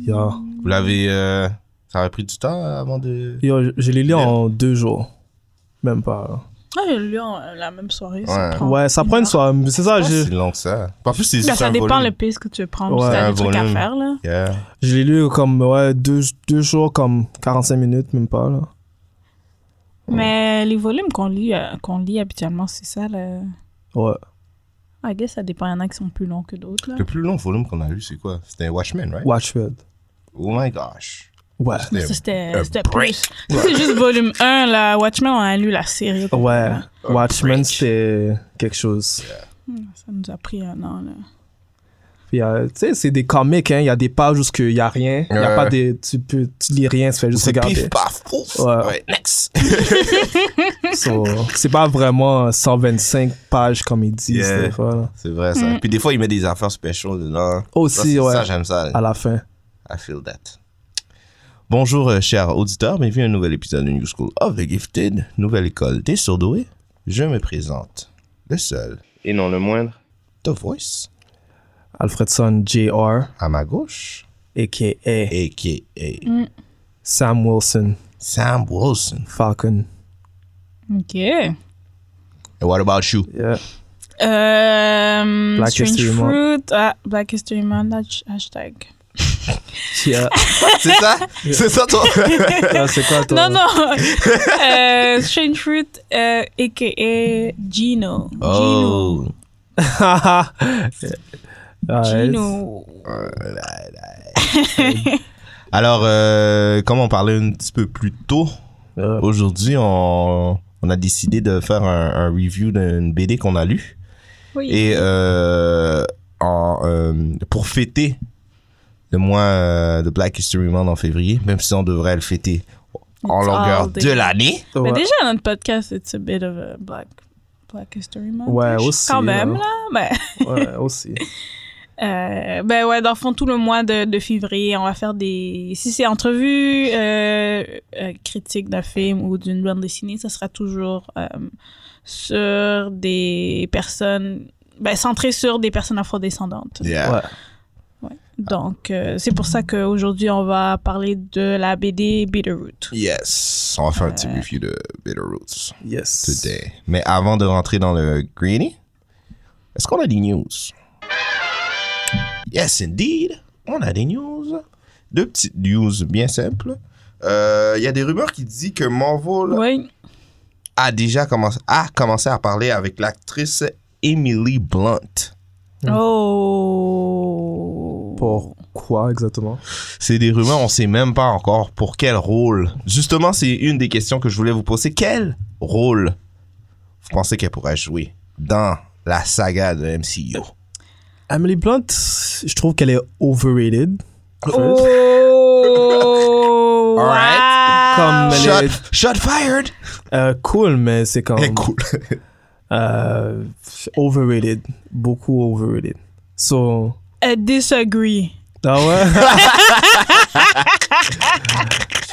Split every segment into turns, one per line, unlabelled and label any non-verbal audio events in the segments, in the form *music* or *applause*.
Yo,
Vous l'avez. euh, ça aurait pris du temps avant de.
yo, je- je l'ai lu en deux jours. Même pas. là.
Ah, j'ai lu en- la même soirée. Ça
Ouais.
prend
ouais, ça prend une soirée. mais C'est ça,
C'est
je,
long que ça. Bah, En plus, c'est
Ben,
juste
ça
un
dépend
volume.
le pays que tu veux prendre.
Ouais.
si t'as des
Un
trucs à
volume.
faire, là.
Yeah.
je l'ai lu comme ouais, deux, deux jours, comme 45 minutes, même pas. Là.
Mais les volumes qu'on lit, euh, qu'on lit habituellement, c'est ça, là.
Ouais.
I guess ça dépend. Il y en a qui sont plus longs que d'autres, là.
Le plus long volume qu'on a lu, c'est quoi C'était Watchmen, right
Watchford.
Oh my gosh.
Ouais.
Mais
C'était-
ça, C'était
a
c'était
break.
plus. Ça, *laughs* C'est juste volume 1, là. Watchmen, on a lu la série.
Ouais.
Oh,
Watchmen,
preach.
c'était quelque chose.
Hmm, Ça nous a pris un an, là.
Puis, euh, tu sais, c'est des comics, hein. Il y a des pages où il n'y a rien. Il y a
Ouais.
pas des. Tu, peux, tu lis rien, tu fais juste
C'est
regarder.
*laughs* pif, paf, ouf.
Ouais.
Ouais. next.
So, c'est pas vraiment 125 pages comme ils disent.
Yeah.
des fois, là.
C'est vrai, ça. Puis des fois, il met des affaires special dedans. Ça,
Aussi,
c'est-
ouais.
Ça, j'aime ça.
à la fin.
I feel that. Bonjour, euh, chers auditeurs. Bienvenue à un nouvel épisode de New School of the Gifted, nouvelle école des surdoués. Je me présente, le seul et non le moindre, The Voice,
Alfredson Jr.,
à ma gauche,
a.k.a.
a.k.a.
Sam Wilson
Sam Wilson.
Falcon.
OK.
And what about you? *laughs*
Yeah.
Euh,
Black
Strange
History Month.
Fruit. Ah, Black History Month, hash- hashtag.
Yeah.
C'est ça? C'est ça toi?
*laughs* Ah, c'est quoi toi
Non, non. euh, Strange Fruit, euh, a.k.a. Gino. Gino.
*laughs* Oh.
*laughs* Ah, ouais.
Gino.
Alors, euh, comme on parlait un petit peu plus tôt,
Euh,
aujourd'hui, on, on a décidé de faire un, un review d'une BD qu'on a lue.
Oui.
Et euh, en, euh, pour fêter le mois euh, de Black History Month en février, même si on devrait le fêter en
It's
longueur
all day.
de l'année.
Mais
ouais.
Bah, déjà, notre podcast, it's a bit of a black, black history month. Hein?
Ouais, aussi,
Quand même,
là.
là. Mais,
Ouais, aussi.
*laughs* euh, ben ouais, dans le fond, tout le mois de, de février, on va faire des. Si c'est entrevue, euh, euh, critique d'un film ou d'une bande dessinée, ça sera toujours euh, sur des personnes. Ben, centré sur des personnes afrodescendantes.
Yeah.
Ouais.
Donc, euh, c'est pour ça qu'aujourd'hui, on va parler de la BD Bitterroot.
Yes. On va faire un petit review de Bitter Roots.
Yes.
today. Mais avant de rentrer dans le greenie, est-ce qu'on a des news? Yes, indeed. On a des news. Deux petites news bien simples. Euh, Il y a des rumeurs qui disent que Marvel
Oui.
a déjà commencé, a commencé à parler avec l'actrice Emily Blunt.
Mm. Oh.
Pourquoi exactement
C'est des rumeurs, on sait même pas encore pour quel rôle. Justement, c'est une des questions que je voulais vous poser. Quel rôle vous pensez qu'elle pourrait jouer dans la saga de MCU?
Emily Blunt, je trouve qu'elle est overrated.
Oh.
All right.
Comme elle
Shot,
est
shot fired!
euh, cool, mais c'est quand
Eh, *laughs* cool.
euh, overrated. Beaucoup overrated. So.
I disagree.
Ah ouais?
*laughs*
Je-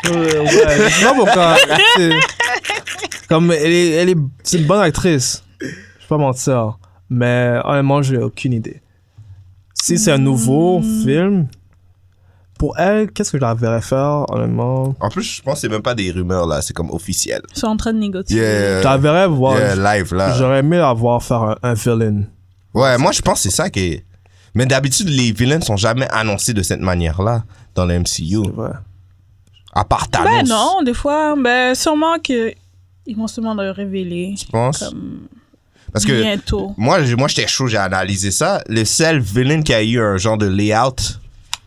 ouais, je sais pas pourquoi. C'est- Comme elle est, elle est, c'est une bonne actrice. Je vais pas mentir. Mais honnêtement, j'ai aucune idée. Si c'est un nouveau
Hmm.
film, pour elle, qu'est-ce que je la verrais faire, honnêtement?
En plus, je pense que c'est même pas des rumeurs là, c'est comme officiel.
Ils sont en train de négocier.
Yeah,
Je la verrais voir.
Euh, yeah, live là.
J'aurais aimé la voir faire un, un villain.
Ouais, moi je pense que c'est ça qui est. Mais d'habitude, les vilains ne sont jamais annoncés de cette manière-là dans le MCU.
Ouais.
À part Thanos.
Ben non, des fois, ben sûrement que ils vont sûrement le révéler
Je pense.
comme
Parce que
bientôt.
moi, j'ai- moi j'étais chaud, j'ai analysé ça. Le seul villain qui a eu un genre de layout,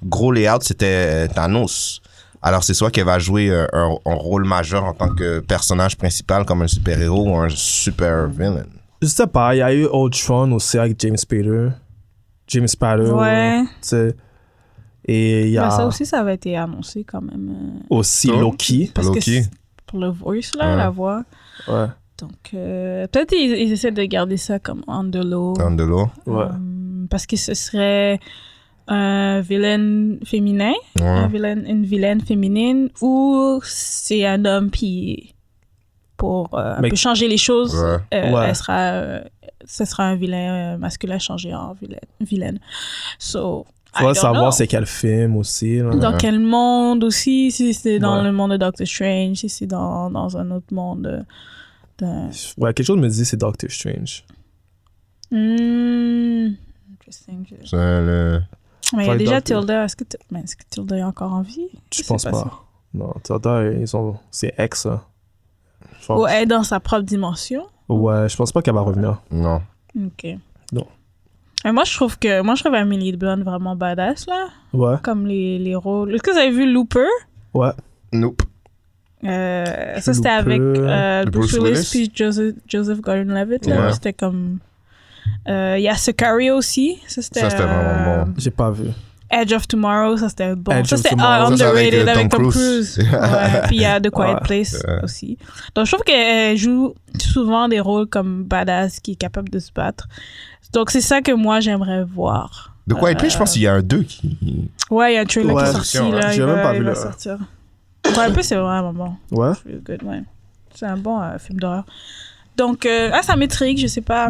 gros layout, c'était euh, Thanos. Alors, c'est soit qu'elle va jouer euh, un, un rôle majeur en tant que personnage principal, comme un super-héros ou un super-villain.
Je sais pas, il y a eu Old Tron aussi avec James Spader. James
Euh,
Spader.
Ouais.
tu sais. Et il y a
Mais ça
aussi,
aussi, ça avait été annoncé quand même. euh,
Oh.
Loki.
parce que
Loki.
c'est pour le voice, là,
Ouais.
la voix.
Ouais.
Donc, euh, peut-être ils, ils essaient de garder ça comme under low.
Down de l'eau.
Ouais.
Euh, parce que ce serait un vilain féminin, un
Ouais.
vilain- une vilaine féminine, ou c'est un homme, puis pour euh, un
Mais-
peu changer les choses,
Ouais.
euh,
Ouais.
elle sera, euh, ce sera un vilain euh, masculin changé en vilaine. vilaine. So, I
Faudrait
don't
savoir
know.
c'est quel film aussi. là.
Dans quel monde aussi, si c'est dans
Ouais.
le monde de Doctor Strange, si c'est dans, dans un autre monde. euh, d'un-
Ouais, quelque chose me dit c'est Doctor Strange.
Hmm, interesting.
C'est euh, le-
Mais il y a
Faudrait
déjà
Doctor-
Tilda. Est-ce que, Ti- mais est-ce que Tilda est encore en vie
Je
sais
pense pas.
ça.
Non, Tilda, ils sont... c'est ex. ça. Je pense-
Ou elle est dans sa propre dimension.
Ouais, je pense pas qu'elle va revenir.
Non.
Ok.
Non.
Et moi, je trouve que moi, je trouve Emily Blunt vraiment badass là,
Ouais,
comme les, les rôles. Est-ce que vous avez vu Looper
ouais.
Nope.
Euh, Ça, c'était
Looper,
avec euh,
de
Bruce
Bruce
Willis
Willis.
puis Joseph, Joseph Gordon-Levitt. là.
Ouais.
C'était comme. Euh, Il y a Sicario aussi. Ça, c'était. euh,
Ça, c'était vraiment bon.
J'ai pas vu.
Edge of Tomorrow, ça c'était bon.
Edge
ça
of
c'était
Tomorrow.
Ça, c'est
underrated
avec, euh,
avec
Tom
Tom
Cruise.
Cruise. Ouais, Puis il y a The Quiet
Ouais.
Place
Ouais.
aussi. Donc je trouve qu'elle joue souvent des rôles comme badass qui est capable de se battre. Donc c'est ça que moi j'aimerais voir.
De quoi il plaît,
Euh.
je pense qu'il y a un 2 qui.
Ouais, il y a un trailer
Ouais.
qui est sorti
J'ai
là. Il
même
va,
pas
il
vu
va
le-
sortir. Quiet Place c'est vraiment bon.
Ouais.
Feel good, ouais. C'est un bon euh, film d'horreur. Donc euh, ah, ça m'intrigue, je sais pas.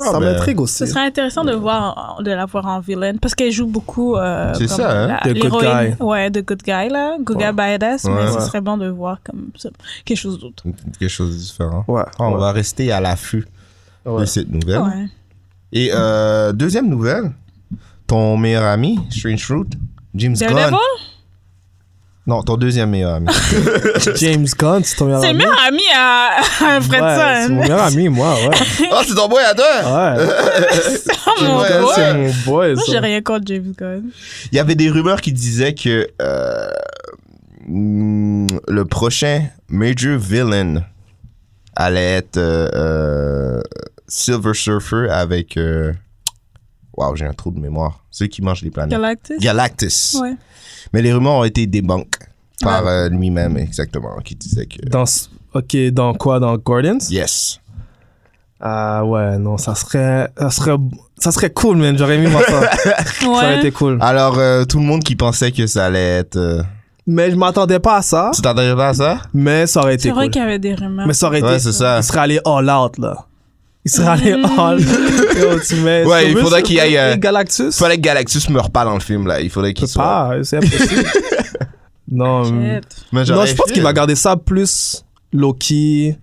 Ah,
ça
ben,
m'intrigue aussi.
Ce serait intéressant de, voir, de la voir en vilaine parce qu'elle joue beaucoup. Euh,
C'est
comme
ça, hein?
la-
The Good
l'héroïne. Ouais, The Good Guy, là. Good Guy Badass.
Ouais.
Mais ce
Ouais. Ben
serait bon de voir comme ça, quelque chose d'autre.
Quelque chose de différent.
Ouais.
Ah, on
ouais.
va rester à l'affût de
Ouais.
cette nouvelle.
Ouais.
Et euh, deuxième nouvelle, ton meilleur ami, Strange Fruit, James Gunn.
Daredevil?
Non, ton deuxième meilleur ami.
James Gunn, c'est ton meilleur
C'est
ami.
mieux ami à, *laughs* à
Ouais, c'est
Fredson.
mon meilleur ami, moi, ouais.
*laughs* oh, c'est ton boy à toi!
*laughs* Ouais.
*laughs* C'est mon
Ouais,
gars.
c'est-
C'est mon boy,
Moi, j'ai
ça.
rien contre James Gunn.
Il y avait des rumeurs qui disaient que euh, mm, le prochain Major Villain allait être euh, euh, Silver Surfer avec. euh, Waouh, j'ai un trou de mémoire. Ceux qui mangent les planètes.
Galactus?
Galactus.
Ouais.
Mais les rumeurs ont été débanques par euh, lui-même, exactement, qui disait que.
Dans... ce- Ok, dans quoi Dans Guardians
Yes.
Ah ouais, non, ça serait... Ça serait, ça serait cool, man. J'aurais aimé voir ça.
*laughs*
Ça aurait
Ouais.
été cool.
Alors, euh, tout le monde qui pensait que ça allait être. euh,
Mais je m'attendais pas à ça.
Tu t'attendais pas à ça?
Mais ça aurait été
C'est vrai
cool.
qu'il y avait des rumeurs.
Mais ça aurait
Ouais,
été...
c'est ça.
Il serait allé all out, là. Il serait
*laughs*
allé all... Yo, tu mets-
Ouais, il
Silver
faudrait qu'il y aille,
Surfer
euh,
et Galactus.
Fallait que Galactus meure pas dans le film, là. Il faudrait qu'il
peut
soit.
pas, c'est impossible.
*laughs*
non, mais-
Shit.
Mais
non,
j'aurais
je pense
fait.
qu'il va garder ça plus Loki.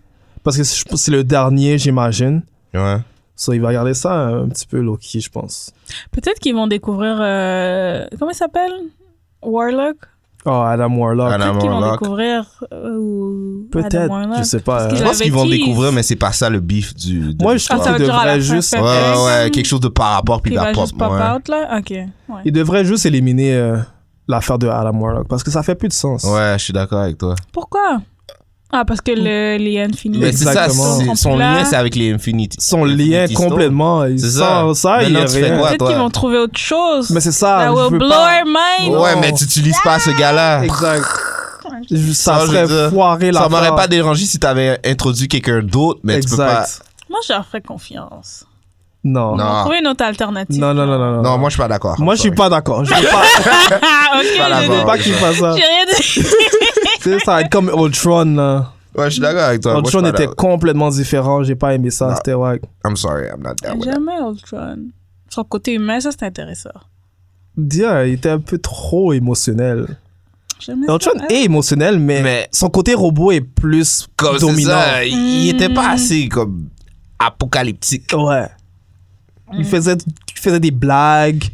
Parce que je pense que c'est le dernier, j'imagine.
Ouais.
So, il va garder ça un petit peu Loki, je pense.
Peut-être qu'ils vont découvrir. euh, comment il s'appelle? Warlock?
Oh, Adam Warlock.
Adam-
Peut-être qu'ils vont
Warlock.
découvrir. euh, ou Adam
Peut-être,
Warlock.
je sais pas. euh.
Parce
Je
qu'il
pense
avait
qu'ils vont
tease.
découvrir, mais c'est pas ça le beef du. de
Moi, je
l'histoire.
trouve
Ah, ça
qu'il
veut dire à la
devrait
fin,
juste...
fin.
Ouais, ouais, ouais, quelque chose de par rapport, puis
Puis il
de
va
pop.
juste pop
ouais.
out là Ok. Ouais.
Il devrait juste éliminer euh, l'affaire de Adam Warlock. Parce que ça fait plus de sens.
Ouais, je suis d'accord avec toi.
Pourquoi Ah, parce que le, les Infinity.
Mais c'est ça,
Exactement.
c'est-
Ils sont
son
plus là.
lien, c'est avec les Infinity.
Son
Infinity
lien
Stone.
complètement. il-
C'est
Sans
ça.
ça, il y
Maintenant,
a
tu fais
rien.
quoi?
Peut-être
toi.
qu'ils vont trouver autre chose.
Mais c'est ça.
That
je
will
veux
blow
pas-
our mind.
Non.
Ouais, mais tu utilises pas ce gars-là.
Exact.
Ça,
Je- Ça
je veux
serait
dire,
foiré la
Ça m'aurait pas dérangé si t'avais introduit quelqu'un d'autre, mais tu peux pas.
Exact.
Moi, je leur ferais confiance.
Non.
Non.
Non,
Ah.
Trouver une autre alternative.
non, non, non. non.
Non, moi, je suis pas d'accord.
Moi, je suis
Sorry.
pas d'accord.
*laughs*
Je veux pas,
Ah, ok.
Pas la
j'ai-
je veux
Ah,
pas
oui,
qu'il
ça.
fasse ça.
J'ai rien dit.
Tu sais, ça va être comme Ultron. là.
Ouais, je suis d'accord avec toi. Moi, je suis
Ultron
pas
était
d'accord.
complètement différent. J'ai pas aimé ça.
Non.
C'était wack.
I'm sorry, I'm not
Ah,
down with that.
Jamais Ultron. Son côté humain, ça, c'est intéressant.
Dire, il était un peu trop émotionnel.
Jamais ça.
Ultron est émotionnel, mais,
Mais-
son côté robot est plus
Comme c'est
dominant.
ça, il- il était pas
Mm.
assez comme apocalyptique.
Ouais.
Mm.
Il, faisait, il faisait des blagues.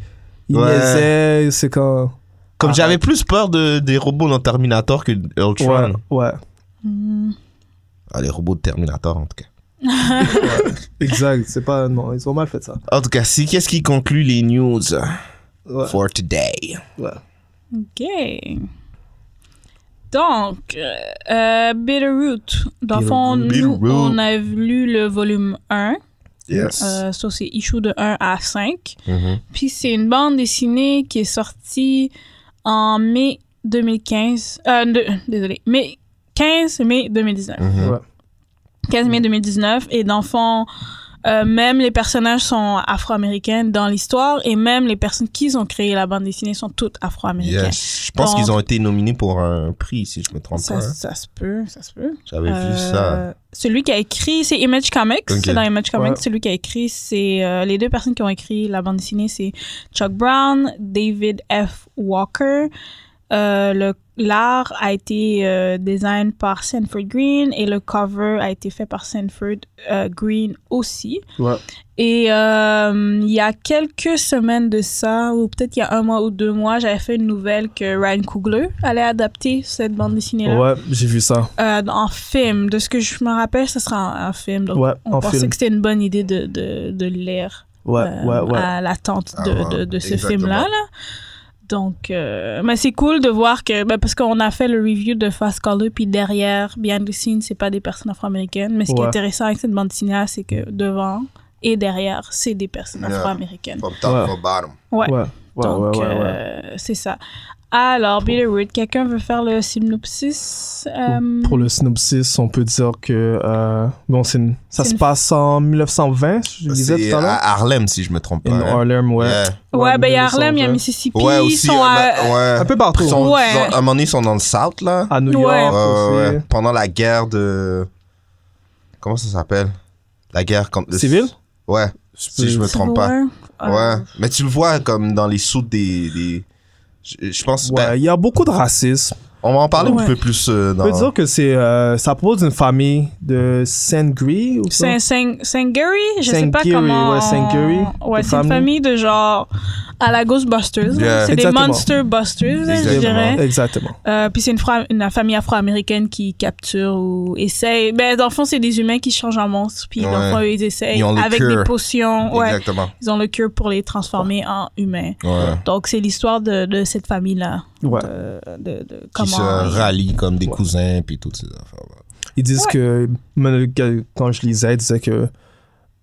Il
Ouais.
niaisait. C'est quand.
Comme
Ah.
j'avais plus peur de, des robots dans Terminator que Ultron.
Ouais, ouais.
Hmm.
Ah, les robots de Terminator, en tout cas.
Exact. C'est pas. Non, ils ont mal fait ça.
En tout cas, c'est qu'est-ce qui conclut les news
Ouais.
for today?
ouais.
Ok. Donc, euh, euh, Bitterroot. Dans le fond,
Bitterroot.
nous, on a lu le volume 1.
Yes.
Euh, ça, c'est issue de 1 à 5.
Mm-hmm,
Puis, c'est une bande dessinée qui est sortie en mai 2015. Euh, de- désolé. Mai 15 mai 2019.
mm-hmm.
Ouais.
15 mai 2019. Et dans le fond, euh, même les personnages sont afro-américains dans l'histoire et même les personnes qui ont créé la bande dessinée sont toutes afro-américaines.
Yes. Je pense
Donc-
qu'ils ont été nominés pour un prix, si je me trompe
Ça,
pas. hein.
ça se peut, ça se peut.
J'avais vu
Euh,
ça.
Celui qui a écrit, c'est Image Comics.
Ok.
C'est dans Image Comics.
Ouais.
Celui qui a écrit, c'est euh, les deux personnes qui ont écrit la bande dessinée, c'est Chuck Brown, David F. Walker. Euh, le- L'art a été euh, design par Sanford Green et le cover a été fait par Sanford euh, Green aussi.
Ouais.
Et euh, il y a quelques semaines de ça, ou peut-être il y a un mois ou deux mois, j'avais fait une nouvelle que Ryan Coogler allait adapter cette bande dessinée-là
Ouais, j'ai vu ça.
euh, en film. De ce que je me rappelle, ce sera en, en film. Donc,
Ouais,
on
en
pensait
film.
que c'était une bonne idée de, de, de le lire
Ouais,
euh,
ouais, ouais.
à l'attente
Ah
de,
ouais,
de, de ce
exactement.
film-là. là. Donc, euh, mais c'est cool de voir que, ben, parce qu'on a fait le review de Fast Color, puis derrière, Behind the Scenes, c'est pas des personnes afro-américaines. Mais ce qui est
Ouais.
intéressant avec cette bande dessinée c'est que devant et derrière, c'est des personnes
Yeah.
afro-américaines.
From top
Ouais.
to bottom.
Ouais.
ouais, ouais,
Donc,
ouais, ouais, ouais.
euh, c'est ça. Alors, Bitterroot, quelqu'un veut faire le synopsis? euh,
Pour le synopsis, on peut dire que euh, bon, c'est une- ça
C'est
se
une-
passe en 1920, je disais
C'est
tout à
à
l'heure.
Harlem, si je me trompe pas.
In
hein.
Harlem, ouais.
Yeah.
Ouais, ben il y a Harlem, il y a
1920.
Mississippi,
Ouais,
ils
aussi.
sont
euh,
à...
ben, ouais.
Un peu partout. hein. Ah,
Ils sont-
Ouais.
ils sont- à un moment donné, ils sont dans le South, là.
À New
Ouais.
York
Ouais, ouais, ouais.
aussi.
Pendant la guerre de. Comment ça s'appelle La guerre contre. le-
Civil
Ouais, si je me trompe pas.
Ouais.
Ouais. Mais tu le vois comme dans les sous des. des- Je je pense. ben,
Ouais, il y a beaucoup de racisme.
on va en parler
Ouais.
un peu plus euh,
On
dans.
peut dire que c'est euh, ça propose une famille de Saint-Gris ou ça
Saint, Saint, Saint Gary, je sais pas
Saint-Gary,
comment.
ouais, Saint-Gary,
Ouais,
une
c'est
famille.
une famille de genre à la Ghostbusters. là.
Yeah.
C'est
Exactement.
des Monster Busters, là, je
Exactement.
dirais.
Exactement.
Euh, puis c'est une, fra- une famille afro-américaine qui capture ou essaye. Ben, dans le fond, c'est des humains qui changent en monstres. Puis dans
Ouais.
le fond, ils essayent
Ils ont les
avec
cures.
des potions. Ouais,
Exactement.
ils ont le cure pour les transformer en humains.
Ouais.
Donc c'est l'histoire de, de cette famille-là.
Ouais.
De, de- de
Qui
comment.
se rallient comme des
Ouais.
cousins, puis toutes ces affaires.
Ils disent
Ouais.
que même que- quand je lisais, ils disaient que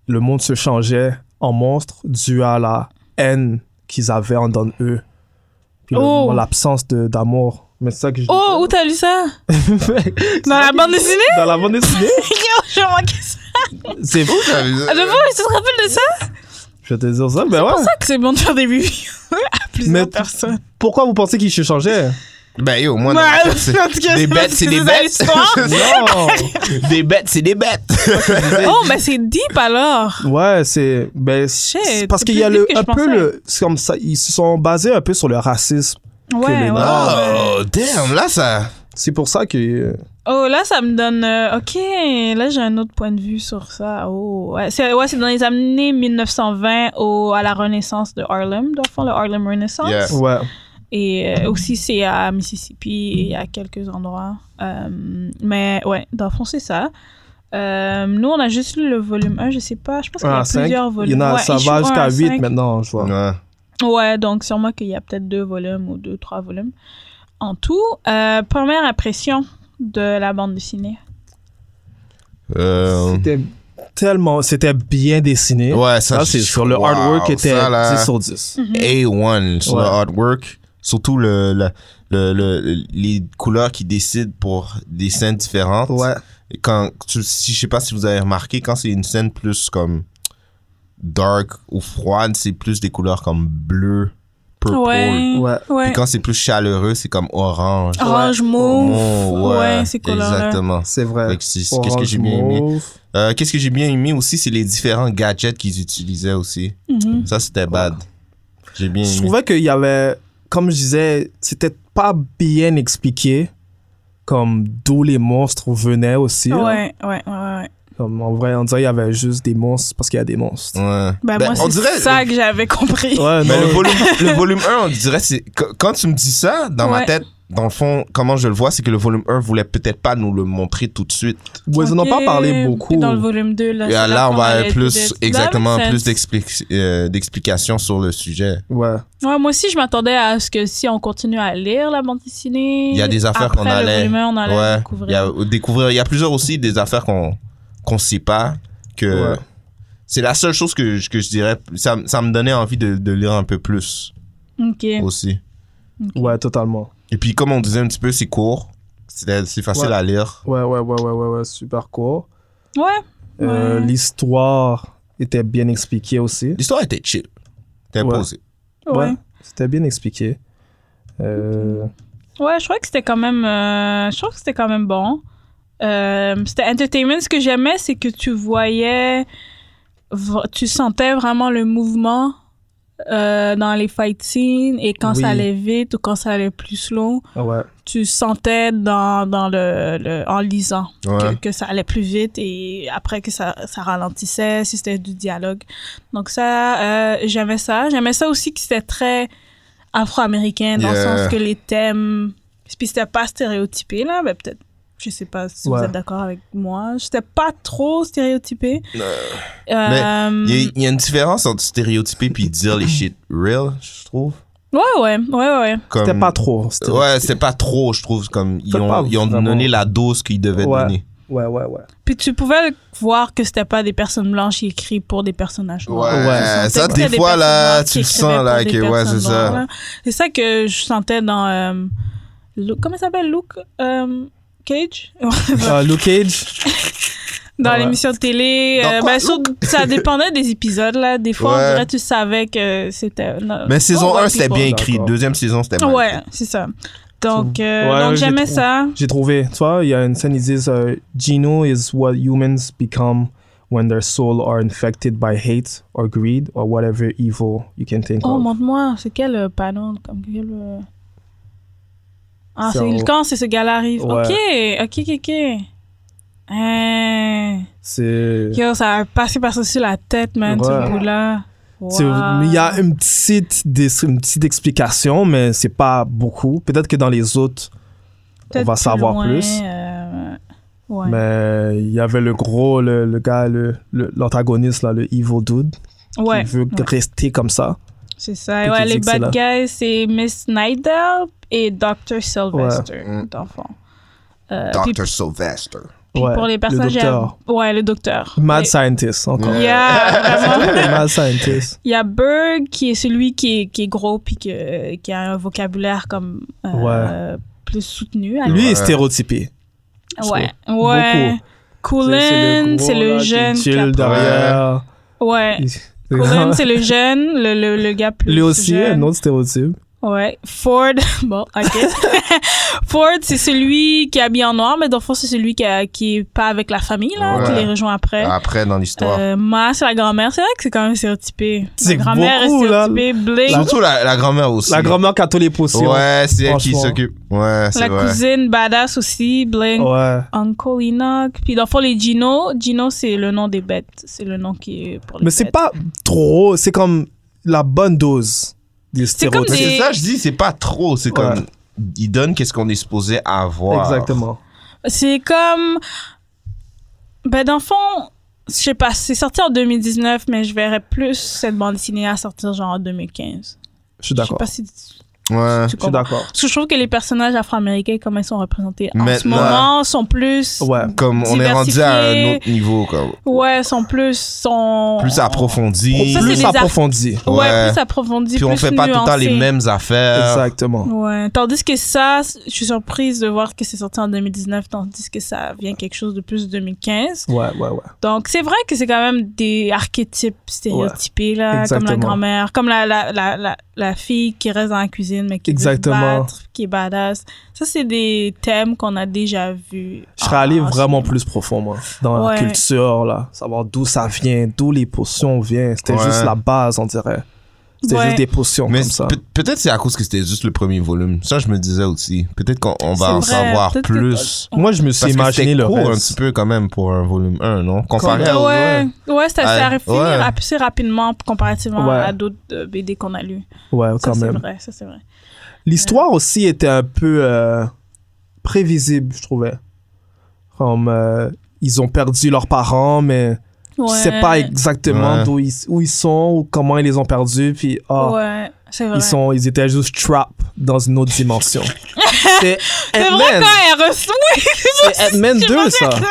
le monde se changeait en monstre dû à la haine qu'ils avaient en dans eux. Puis le-
Oh.
l'absence de- d'amour. Mais c'est ça que je *laughs*
Oh, où t'as lu ça? Dans la bande dessinée?
Dans la bande dessinée
Yo, j'ai manqué ça.
C'est fou.
Ah, de vous, tu te rappelles de ça?
Je vais te dire ça, mais ouais.
C'est pour ça que c'est bon de faire des reviews à plusieurs
Mais-
personnes.
Pourquoi vous pensez qu'ils se changeaient
Ben yo, moi,
Ouais,
dans-
en
c'est-
tout cas,
des
c'est
bêtes, c'est des
dans
bêtes. *laughs*
l'histoire.
Non
des bêtes, c'est des bêtes.
oh, mais c'est deep alors.
Ouais, c'est ben c'est-
Shit,
parce
c'est
qu'il y a
plus
le
vite que
un
je
peu
pensais.
le c'est comme ça ils se sont basés un peu sur le racisme.
Ouais, ouais.
les
ouais.
Oh, damn, là, ça.
C'est pour ça que euh,
Oh, là, ça me donne. euh, ok, là, j'ai un autre point de vue sur ça. Oh, ouais, c'est ouais, c'est dans les années 1920 au, à la Renaissance de Harlem, dans le fond, le Harlem Renaissance.
Yeah.
ouais,
Et euh, aussi, c'est à Mississippi et à quelques endroits. Euh, mais ouais, dans le fond, c'est ça. Euh, nous, on a juste lu le volume 1, je sais pas. Je pense qu'il y a
à Ah, cinq.
plusieurs
il y
volumes.
en a
Ouais,
ça
issue
va
1 à
jusqu'à 8
cinq.
maintenant, je vois.
Ouais.
Ouais, donc sûrement qu'il y a peut-être deux volumes ou deux, trois volumes en tout. Euh, première impression de la bande dessinée.
Euh,
C'était tellement c'était bien dessiné.
Ouais, ça,
ça, Ah, c'est
je-
sur le
wow,
artwork était
ça, là,
10 sur 10.
A1 sur le
Ouais.
artwork. Surtout le, le, le- le- les couleurs qui décident pour des scènes différentes.
Ouais.
Et Quand, tu, si, je sais pas si vous avez remarqué, quand c'est une scène plus comme dark ou froide, c'est plus des couleurs comme bleu, purple.
Ouais.
Ouais.
Puis
ouais.
quand c'est plus chaleureux, c'est comme orange.
Orange, mauve.
Oh,
ouais, ces couleurs-là.
Exactement.
C'est vrai.
Fait que c'est- c'est- Qu'est-ce que
Orange,
j'ai bien aimé?
mauve.
Euh, Qu'est-ce que j'ai bien aimé aussi, c'est les différents gadgets qu'ils utilisaient aussi.
Mhm.
Ça, c'était bad. J'ai bien
Je
aimé.
trouvais qu'il y avait, comme je disais, c'était pas bien expliqué, comme d'où les monstres venaient aussi. là.
Ouais, ouais, ouais, ouais.
Comme en vrai, on dirait qu'il y avait juste des monstres parce qu'il y a des monstres.
Ouais.
Ben,
Ben,
moi,
on
c'est
dirait-
*laughs*
ça que j'avais compris.
Ouais,
Mais
non, *laughs*
le volume, le volume 1, on dirait, c'est. qu- Quand tu me dis ça, dans ma
Ouais.
tête, dans le fond, comment je le vois, c'est que le volume 1 voulait peut-être pas nous le montrer tout de suite.
Ouais, ils en ont pas
Ok,
parlé beaucoup.
puis Dans le volume 2, là.
Et là,
c'est
on
qu'on
va
allait
plus,
tout de-
exactement,
Ça make
plus
sense.
d'explic- euh, d'explications sur le sujet.
Ouais.
Ouais, moi aussi, je m'attendais à ce que si on continue à lire la bande dessinée.
Il y a des affaires
après
qu'on
le
allait-
volume un, on allait
ouais. Il y
découvrir.
a euh, découvrir. Il y a plusieurs aussi des affaires qu'on qu'on sait pas que
Ouais.
c'est la seule chose que je, que je dirais. Ça, ça me donnait envie de, de lire un peu plus
Ok.
aussi.
Ouais, totalement.
Et puis comme on disait un petit peu, c'est court, c'est c'est facile
Ouais.
à lire.
Ouais, ouais, ouais, ouais, ouais, ouais, super court.
Ouais.
Euh,
Ouais.
L'histoire était bien expliquée aussi.
L'histoire était chill, était
Ouais.
posée.
Ouais.
C'était bien expliqué. Euh,
Ouais, je crois que c'était quand même. euh, je crois que c'était quand même bon. Euh, c'était entertainment. Ce que j'aimais, c'est que tu voyais. v- Tu sentais vraiment le mouvement euh, dans les fight scenes et quand
Oui.
ça allait vite ou quand ça allait plus slow.
ouais.
Tu sentais dans, dans le, le- en lisant que-
Ouais.
que, ça allait plus vite et après que ça, ça ralentissait, si c'était du dialogue. Donc ça, euh, j'aimais ça. J'aimais ça aussi que c'était très afro-américain dans
Yeah.
le sens que les thèmes... Puis c'était pas stéréotypé, là, mais peut-être... Je sais pas si
Ouais.
vous êtes d'accord avec moi. C'était pas trop stéréotypé.
Mais
Euh,
Il y, a- il y a une différence entre stéréotyper puis dire les shit real, je trouve.
Ouais, ouais, ouais, ouais.
Comme-
C'était pas trop. c'était-
Euh, Ouais, c'est pas trop, je trouve. Comme ils
C'était pas
ont, ils ont
vraiment-
donné la dose qu'ils devaient
Ouais.
donner.
ouais, ouais, ouais.
Puis tu pouvais voir que c'était pas des personnes blanches qui écrivent pour des personnages noirs.
Ouais.
sentais
Euh, ça,
que
des
c'était
fois, là,
personnages
tu
qui
le
écrivaient
sens, là,
pour
que
des
ouais, c'est
personnes noires,
ça.
là. C'est ça que je sentais dans. euh, Luke- comment il s'appelle Luke euh, Cage *laughs*
Euh, Luke Cage.
Dans
Ouais.
l'émission de télé.
Dans
euh,
quoi,
ben, sur- ça dépendait des épisodes, là. Des fois,
Ouais.
on dirait que tu savais que c'était. non,
Mais saison
oh,
1,
white
c'était
people.
bien écrit.
D'accord.
Deuxième saison, c'était mal
Ouais, c'est ça. Donc, euh,
Ouais,
donc
j'ai
j'aimais
trouvé.
ça.
J'ai trouvé. Tu vois, il y a une scène, ils disent euh, Gino is what humans become when their soul are infected by hate or greed or whatever evil you can think
Oh,
of.
montre-moi, c'est quel euh, panneau comme quel, euh, Ah,
C'est
c'est
en haut.
le camp, c'est ce gars-là arrive.
Ouais.
Ok, ok, ok, ok. Hein.
C'est.
Yo, ça a passé par-dessus la tête, man,
Ouais.
ce bout-là.
C'est-
Wow.
Il y a une petite, dis- une petite explication, mais c'est pas beaucoup. Peut-être que dans les autres, on
Peut-être
va
plus
savoir
loin,
plus.
euh, ouais.
Mais il y avait le gros, le, le gars, le- le- l'antagoniste, là, le evil dude,
ouais,
qui veut
ouais.
rester comme ça.
C'est ça.
Puis
Ouais,
qui
les
dit que
bad guys, c'est Miss Snyder et Dr. Sylvester,
Mm.
d'enfant. Euh,
écrit.
puis,
Dr. Sylvester.
puis
Ouais,
pour les
le
personnages,
docteur.
j'aime- ouais, le docteur.
Mad
Et-
scientist, encore.
Yeah, vraiment.
Le *laughs*
*laughs*
Mad scientist.
Il y a Berg qui est celui qui est, qui est gros puis que- qui a un vocabulaire comme euh, plus soutenu. à
Lui
Ouais.
est stéréotypé.
l'époque. ouais, ouais. Coolin, c'est le, jeune. qui
Chill
a-
derrière.
Ouais.
Il-
Coolin, c'est le jeune, le, le, le gars plus
Lui aussi,
jeune.
un autre stéréotype.
Ouais. Ford, *laughs* bon,
*laughs*
ok. Ford, c'est celui qui est habillé en noir, mais dans le fond, c'est celui qui, a- qui est pas avec la famille, là,
Ouais.
qui les rejoint après.
Ah,
Après, dans l'histoire.
Euh, Ma, c'est la grand-mère. C'est vrai que c'est quand même stéréotypé.
C'est
la grand-mère est
beaucoup, là.
stéréotypée. Blake,
Surtout la, la grand-mère aussi.
La grand-mère catholique aussi.
Ouais, c'est elle qui
Franchement.
s'occupe. Ouais,
la
c'est vrai.
cousine badass aussi, Blink,
Ouais.
Uncle Enoch. Puis dans le fond, les Gino, Gino c'est le nom des bêtes. C'est le nom qui est pour les
Mais c'est
bêtes.
pas trop, c'est comme la bonne dose des
C'est comme
stéréotypes.
Mais
des-
c'est ça, je dis, c'est pas trop. C'est comme. Ils donnent qu'est-ce qu'on est supposé avoir.
Exactement.
C'est comme. Ben, dans le fond, je sais pas, c'est sorti en 2019, mais je verrais plus cette bande dessinée à sortir genre en 2015.
Je suis
Je sais
d'accord.
pas si tu,
Ouais.
tu
Je suis
comprends.
d'accord.
Parce que je trouve que les personnages afro-américains, comme ils sont représentés en ce
Maintenant.
moment, sont plus.
Ouais.
Comme on est rendu à un
Diversifié.
autre niveau, comme.
Ouais, sont plus. Sont...
Plus approfondi.
Oh. Ça, c'est
Plus
des
approfondi.
Ouais,
Ouais.
plus approfondis,
Puis
plus
on fait pas tout le temps les
nuancés.
mêmes affaires.
Exactement.
Ouais. Tandis que ça, je suis surprise de voir que c'est sorti en 2019, tandis que ça vient quelque chose de plus de 2015.
Ouais, ouais, ouais.
Donc, c'est vrai que c'est quand même des archétypes stéréotypés, là,
Exactement.
comme la grand-mère, comme la, la, la, la, la fille qui reste dans la cuisine, mais qui
Exactement.
veut se battre, qui est badass. Ça, c'est des thèmes qu'on a déjà vus.
Je serais allé
en- en
vraiment plus profond, moi, dans la
Ah, Ouais.
culture, là. Savoir d'où ça vient, d'où les potions viennent. C'était
Ouais.
juste la base, on dirait. C'était
Ouais.
juste des potions
Mais
comme ça.
peut- peut-être c'est à cause que c'était juste le premier volume. Ça, je me disais aussi. Peut-être qu'on on
C'est
va en
vrai,
savoir
peut-être que-
plus.
Moi, je me suis
Parce que
imaginé
c'était
le
court un
reste.
petit peu quand même pour un volume 1, non? Comparé à...
Ouais, ouais, c'est assez,
Ah,
à- finir
ouais.
assez rapidement comparativement
Ouais.
à d'autres euh, BD qu'on a lus.
Ouais,
Ça,
quand
c'est
même.
vrai, ça, c'est vrai.
L'histoire aussi était un peu euh, prévisible, je trouvais. Comme euh, ils ont perdu leurs parents, mais tu sais
Ouais.
pas exactement
Ouais.
d'où ils, où ils sont ou comment ils les ont perdus. Puis ah,
Ouais, c'est vrai.
ils, sont, ils étaient juste trap dans une autre dimension.
*laughs*
c'est
C'est vrai
Ant-Man.
quand elle reçoit.
C'est Ant-Man 2, ça.
*laughs* c'est vrai.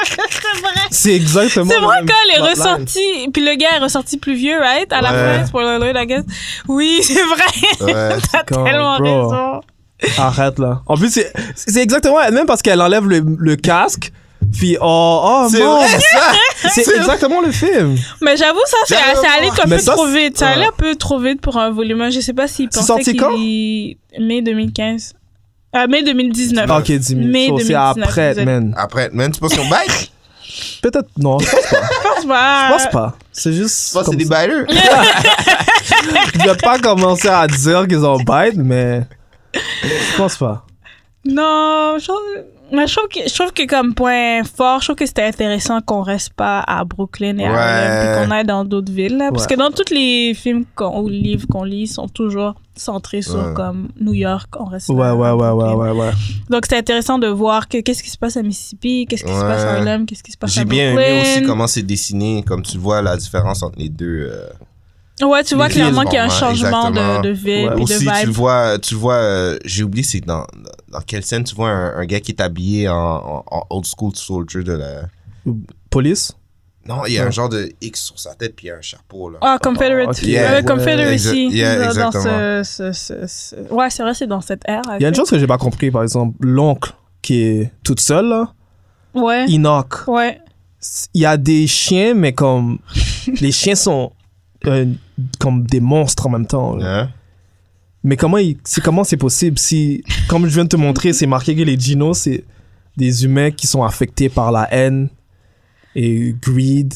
C'est exactement
C'est
la
vrai
même
quand elle est
plotline.
ressortie. Puis le gars est ressorti plus vieux, right? À la
Ouais.
fin, spoiler alert, I guess. Oui, *laughs* c'est vrai.
Ouais.
T'as
Quand,
tellement
bro.
raison.
Arrête là. En plus, c'est- c'est exactement elle-même parce qu'elle enlève le, le casque. Puis, oh, oh
C'est
non!
vrai,
*laughs*
C'est
C'est-
exactement le film!
Mais j'avoue, ça, c'est
J'allais
ça allait
voir.
un
Mais
peu
ça,
trop
c'est-
vite. Ça allait
ouais.
un peu trop vite pour un volume 1. Je sais pas s'il
C'est
pensait
sorti
qu'il...
quand
Mai 2015. Ah, mai 2019.
Ok, 10
Mai
000. So, C'est
2019,
après,
vous êtes-
man.
Après, man, tu penses qu'on bite?
Peut-être, non, je pense pas.
Je pense pas.
Je pense pas. C'est juste.
Tu penses que c'est
comme
des
ça.
biters?
Je vais pas commencer à dire qu'ils ont bête, mais. Je pense pas.
Non, je trouve, mais je trouve que, je trouve que comme point fort, je trouve que c'était intéressant qu'on reste pas à Brooklyn et à
Ouais.
Harlem, puis qu'on aille dans d'autres villes. là. Parce
Ouais.
que dans tous les films qu'on- ou livres qu'on lit, ils sont toujours centrés sur
Ouais.
comme New York, on reste
Ouais, ouais,
là,
ouais,
à
ouais, ouais,
Brooklyn.
ouais.
Donc c'était intéressant de voir que qu'est-ce qui se passe à Mississippi, qu'est-ce qui se
Ouais.
passe à Harlem, qu'est-ce qui se passe à
J'ai
Brooklyn.
bien aimé aussi comment c'est dessiné, comme tu vois la différence entre les deux. euh,
Ouais, tu vois
les
clairement
villes,
qu'il y a un
bon, ouais,
changement
exactement.
de, de ville
Ouais.
et de
Aussi, tu
vibe.
vois, tu vois, euh, j'ai oublié c'est dans, dans quelle scène tu vois un, un gars qui est habillé en, en- en old school soldier de la.
Police?
Non, il y a
Ouais.
un genre de X sur sa tête puis il y a un chapeau là.
Ah, Confederate.
ok.
Yeah.
Euh, Confederacy.
Exa- yeah,
dans
exactement.
ce, ce- ce- ce- Ouais, c'est vrai, c'est dans cette ère.
Il y a une chose que j'ai pas compris, par exemple, l'oncle qui est toute seule, là.
Ouais.
Enoch.
Ouais.
il y a des chiens,
*laughs*
mais comme les chiens sont euh, comme des monstres en même temps. là.
Hein?
Mais comment il- c'est comment c'est possible si, comme je viens de te montrer, c'est marqué que les dinos c'est des humains qui sont affectés par la haine et greed.